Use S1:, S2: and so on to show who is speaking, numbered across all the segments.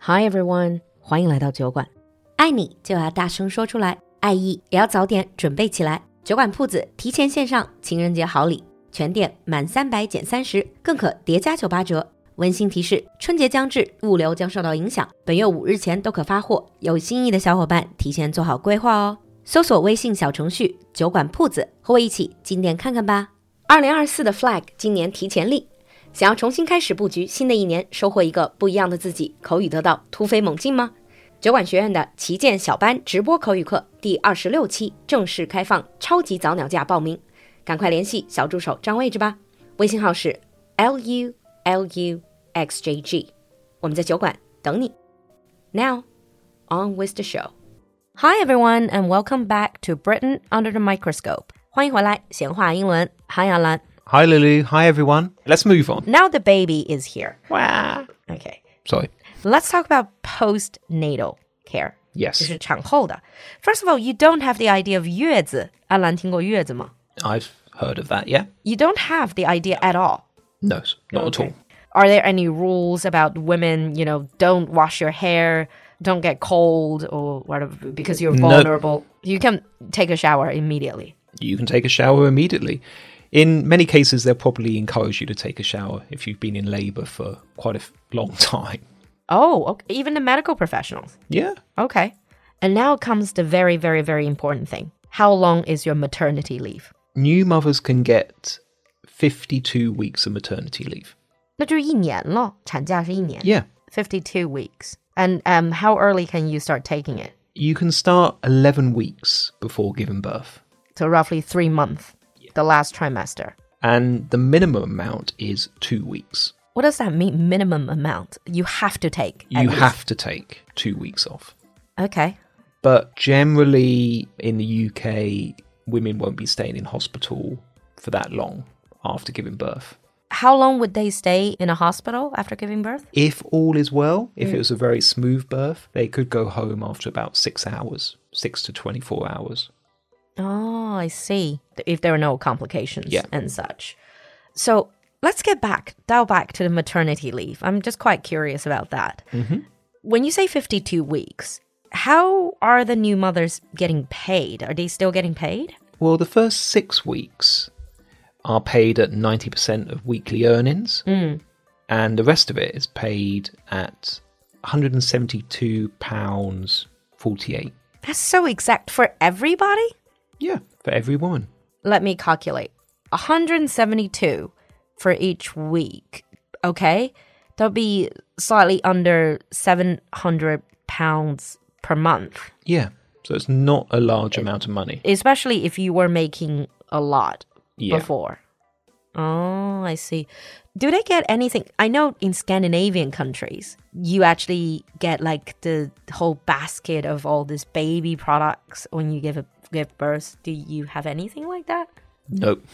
S1: Hi everyone，欢迎来到酒馆。
S2: 爱你就要大声说出来，爱意也要早点准备起来。酒馆铺子提前献上情人节好礼，全店满三百减三十，更可叠加九八折。温馨提示：春节将至，物流将受到影响，本月五日前都可发货。有心意的小伙伴提前做好规划哦。搜索微信小程序“酒馆铺子”，和我一起进店看看吧。二零二四的 flag 今年提前立，想要重新开始布局新的一年，收获一个不一样的自己，口语得到突飞猛进吗？酒馆学院的旗舰小班直播口语课第二十六期正式开放，超级早鸟价报名，赶快联系小助手占位置吧。微信号是 l u l u x j g，我们在酒馆等你。Now on with the show. Hi everyone and welcome back to Britain under the microscope. 欢迎回来，闲话英文，韩亚兰。
S3: Hi, Lulu. Hi, everyone. Let's move on.
S2: Now the baby is here. Okay.
S3: Sorry.
S2: Let's talk about postnatal care.
S3: Yes.
S2: 就是产后的。First of all, you don't have the idea of 月子。阿兰听过月子吗？
S3: I've heard of that, yeah?
S2: You don't have the idea at all.
S3: No, not at all.
S2: Are there any rules about women, you know, don't wash your hair, don't get cold or whatever because you're
S3: No.
S2: vulnerable? You can take a shower immediately.
S3: You can take a shower immediately. In many cases, they'll probably encourage you to take a shower if you've been in labour for quite a f- long time.
S2: Oh, okay. even the medical professionals.
S3: Yeah.
S2: Okay. And now comes the very, very, very important thing. How long is your maternity leave?
S3: New mothers can get 52 weeks of maternity leave.
S2: 那就是一年了，产假是一年。
S3: Yeah.
S2: 52 weeks. And um, how early can you start taking it?
S3: You can start 11 weeks before giving birth.
S2: So roughly three months, the last trimester.
S3: And the minimum amount is two weeks.
S2: What does that mean? Minimum amount you have to take. at
S3: You
S2: least?
S3: have to take two weeks off.
S2: Okay.
S3: But generally, in the UK, women won't be staying in hospital for that long after giving birth.
S2: How long would they stay in a hospital after giving birth?
S3: If all is well, if it was a very smooth birth, they could go home after about six hours, six to 24 hours.
S2: Oh, I see. If there are no complications
S3: Yeah.
S2: and such. So let's get back, dial back to the maternity leave. I'm just quite curious about that.
S3: Mm-hmm.
S2: When you say 52 weeks, how are the new mothers getting paid? Are they still getting paid?
S3: Well, the first six weeks are paid at 90% of weekly earnings, and the rest of it is paid at £172.48.
S2: That's so exact for everybody?
S3: Yeah, for every woman.
S2: Let me calculate. 172 for each week. Okay? That'll be slightly under 700 pounds per month,
S3: Yeah. So it's not a large amount of money.
S2: especially if you were making a lot
S3: Yeah.
S2: before. Oh, I see. Do they get anything? I know in Scandinavian countries, you actually get like the whole basket of all these baby products when you give a, give birth. Do you have anything like that?
S3: Nope.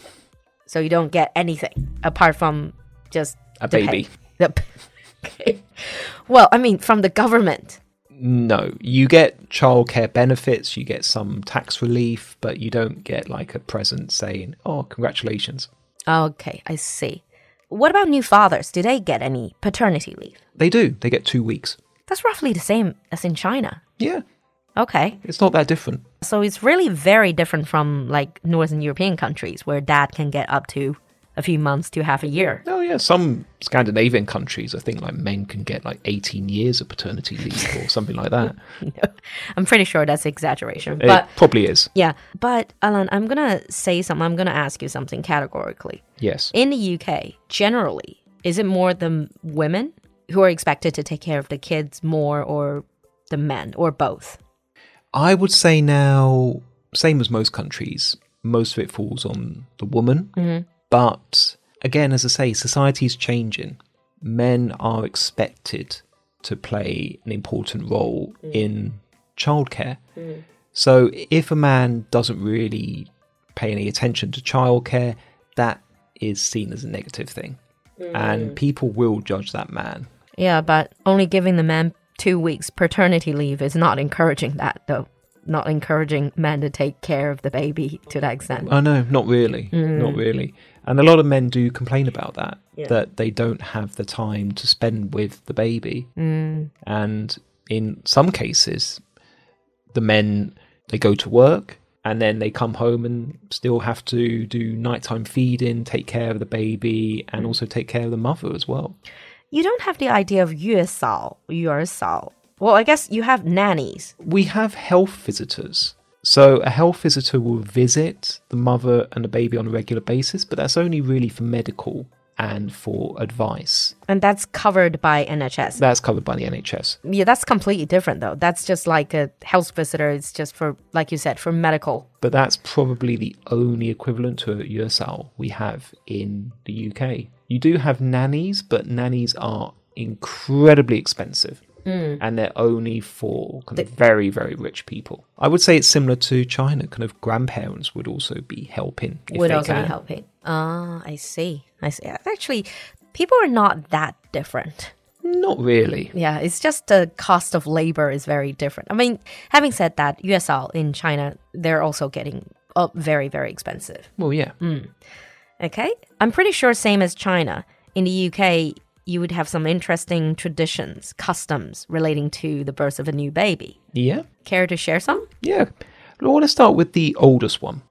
S2: so you don't get anything apart from just
S3: A
S2: the pay.
S3: baby.
S2: The p- okay. Well, I mean, from the government.
S3: No. You get childcare benefits, you get some tax relief, but you don't get like a present saying, oh, congratulations.
S2: Okay, I see. What about new fathers? Do they get any paternity leave?
S3: They do. They get two weeks.
S2: That's roughly the same as in China.
S3: Yeah.
S2: Okay,
S3: It's not that different.
S2: so it's really very different from like Northern European countries where dad can get up to a few months to half a year.
S3: Oh, yeah. Some Scandinavian countries, I think like men can get like 18 years of paternity leave or something like that.
S2: I'm pretty sure that's exaggeration,
S3: It
S2: but
S3: probably is.
S2: yeah. But Alan, I'm gonna say something. I'm gonna ask you something categorically.
S3: Yes.
S2: In the UK, generally, is it more the women who are expected to take care of the kids more or the men or both?
S3: I would say now, same as most countries, most of it falls on the woman. But again, as I say, society's changing. Men are expected to play an important role in childcare. So if a man doesn't really pay any attention to childcare, that is seen as a negative thing. And people will judge that man.
S2: Yeah, but only giving the men two weeks paternity leave is not encouraging that, though. Not encouraging men to take care of the baby to that extent.
S3: I know, not really, not really. And a lot of men do complain about that, that they don't have the time to spend with the baby. And in some cases, the men they go to work and then they come home and still have to do nighttime feeding, take care of the baby, and also take care of the mother as well.
S2: You don't have the idea of 月嫂,月嫂. Well, I guess you have nannies.
S3: We have health visitors. So a health visitor will visit the mother and the baby on a regular basis, but that's only really for medical and for advice.
S2: And that's covered by NHS.
S3: That's covered by the NHS.
S2: yeah, that's completely different though. That's just like a health visitor. It's just for, like you said, for medical.
S3: But that's probably the only equivalent to a USL we have in the UK. You do have nannies, but nannies are incredibly expensive.
S2: Hmm.
S3: And they're only for kind of very, very rich people. I would say it's similar to China. Kind of grandparents would also be helping. If
S2: would
S3: they
S2: also
S3: can.
S2: be helping. Ah, I see. I see. Actually, people are not that different.
S3: Not really.
S2: Yeah, it's just the cost of labor is very different. I mean, having said that, USL in China, they're also getting uh, very, very expensive.
S3: Well, yeah.
S2: Okay. I'm pretty sure same as China. In the UK, you would have some interesting traditions, customs relating to the birth of a new baby.
S3: Yeah.
S2: Care to share some?
S3: Yeah. I want to start with the oldest one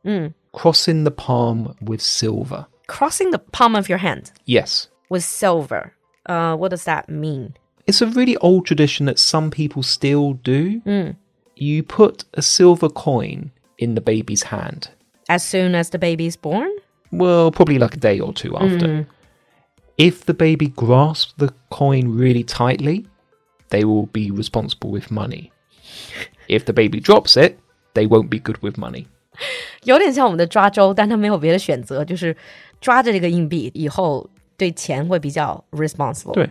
S3: crossing the palm with silver.
S2: Crossing the palm of your hand
S3: Yes.
S2: with silver. Uh, what does that mean?
S3: It's a really old tradition that some people still do. You put a silver coin in the baby's hand.
S2: As soon as the baby is born?
S3: Well, probably like a day or two after. If the baby grasps the coin really tightly, they will be responsible with money. if the baby drops it, they won't be good with money.
S2: 有点像我们的抓周，但他没有别的选择，就是抓着这个硬币以后，对钱会比较 responsible。
S3: 对。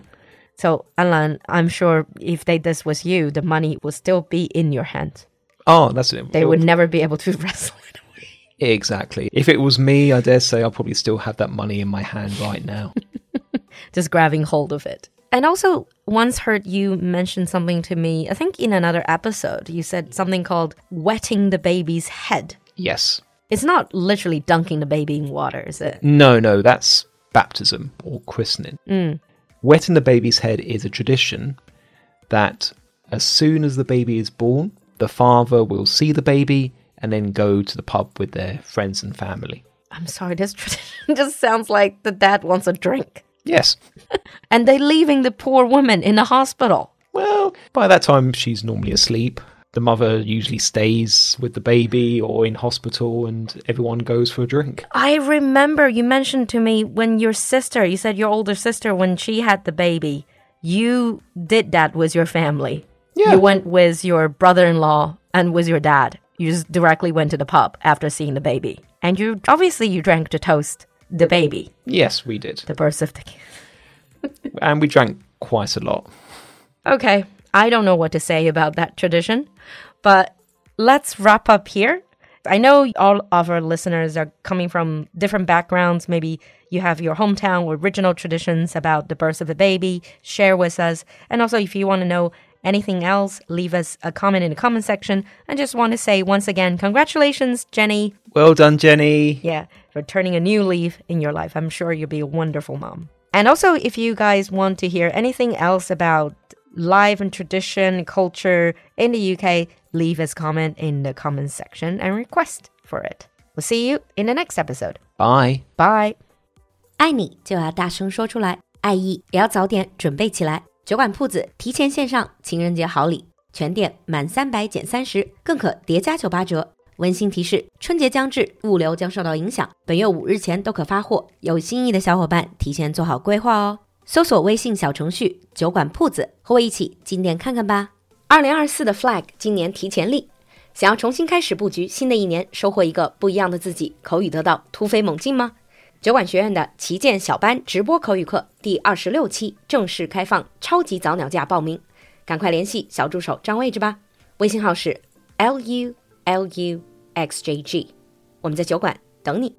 S2: So Alan, I'm sure if they this was you, the money would still be in your hand.
S3: Oh, that's it.
S2: They would never be able to wrestle it.
S3: Exactly. If it was me, I dare say I'll probably still have that money in my hand right now.
S2: just grabbing hold of it. And also, once heard you mention something to me, I think in another episode, you said something called wetting the baby's head.
S3: yes.
S2: It's not literally dunking the baby in water, is it?
S3: No, no, that's baptism or christening. Wetting the baby's head is a tradition that as soon as the baby is born, the father will see the baby and then go to the pub with their friends and family.
S2: I'm sorry, this tradition just sounds like the dad wants a drink.
S3: Yes.
S2: And they leaving the poor woman in the hospital.
S3: Well, by that time, she's normally asleep. The mother usually stays with the baby or in hospital, and everyone goes for a drink.
S2: I remember you mentioned to me when your sister, you said your older sister, when she had the baby, you did that with your family.
S3: Yeah.
S2: You went with your brother in law and with your dad. You just directly went to the pub after seeing the baby. And you obviously you drank to toast the baby,
S3: Yes, we did.
S2: the birth of the kid.
S3: And we drank quite a lot.
S2: Okay, I don't know what to say about that tradition, but let's wrap up here. I know all of our listeners are coming from different backgrounds. Maybe you have your hometown or original traditions about the birth of a baby. Share with us. And also, if you want to know anything else, leave us a comment in the comment section. I just want to say once again, congratulations, Jenny.
S3: Well done, Jenny.
S2: Yeah, for turning a new leaf in your life. I'm sure you'll be a wonderful mom. And also, if you guys want to hear anything else about life and tradition, culture in the UK, leave us comment in the comment section and request for it. We'll see you in the next episode.
S3: Bye.
S2: Bye.
S4: 爱你就要大声说出来，爱意也要早点准备起来。酒馆铺子提前献上情人节好礼，全店满三百减三十，更可叠加九八折。温馨提示：春节将至，物流将受到影响，本月五日前都可发货。有心意的小伙伴提前做好规划哦。搜索微信小程序“酒馆铺子”，和我一起进店看看吧。二零二四的 flag 今年提前立，想要重新开始布局新的一年，收获一个不一样的自己，口语得到突飞猛进吗？酒馆学院的旗舰小班直播口语课第二十六期正式开放，超级早鸟价报名，赶快联系小助手占位置吧。微信号是 l u l u x j g，我们在酒馆等你。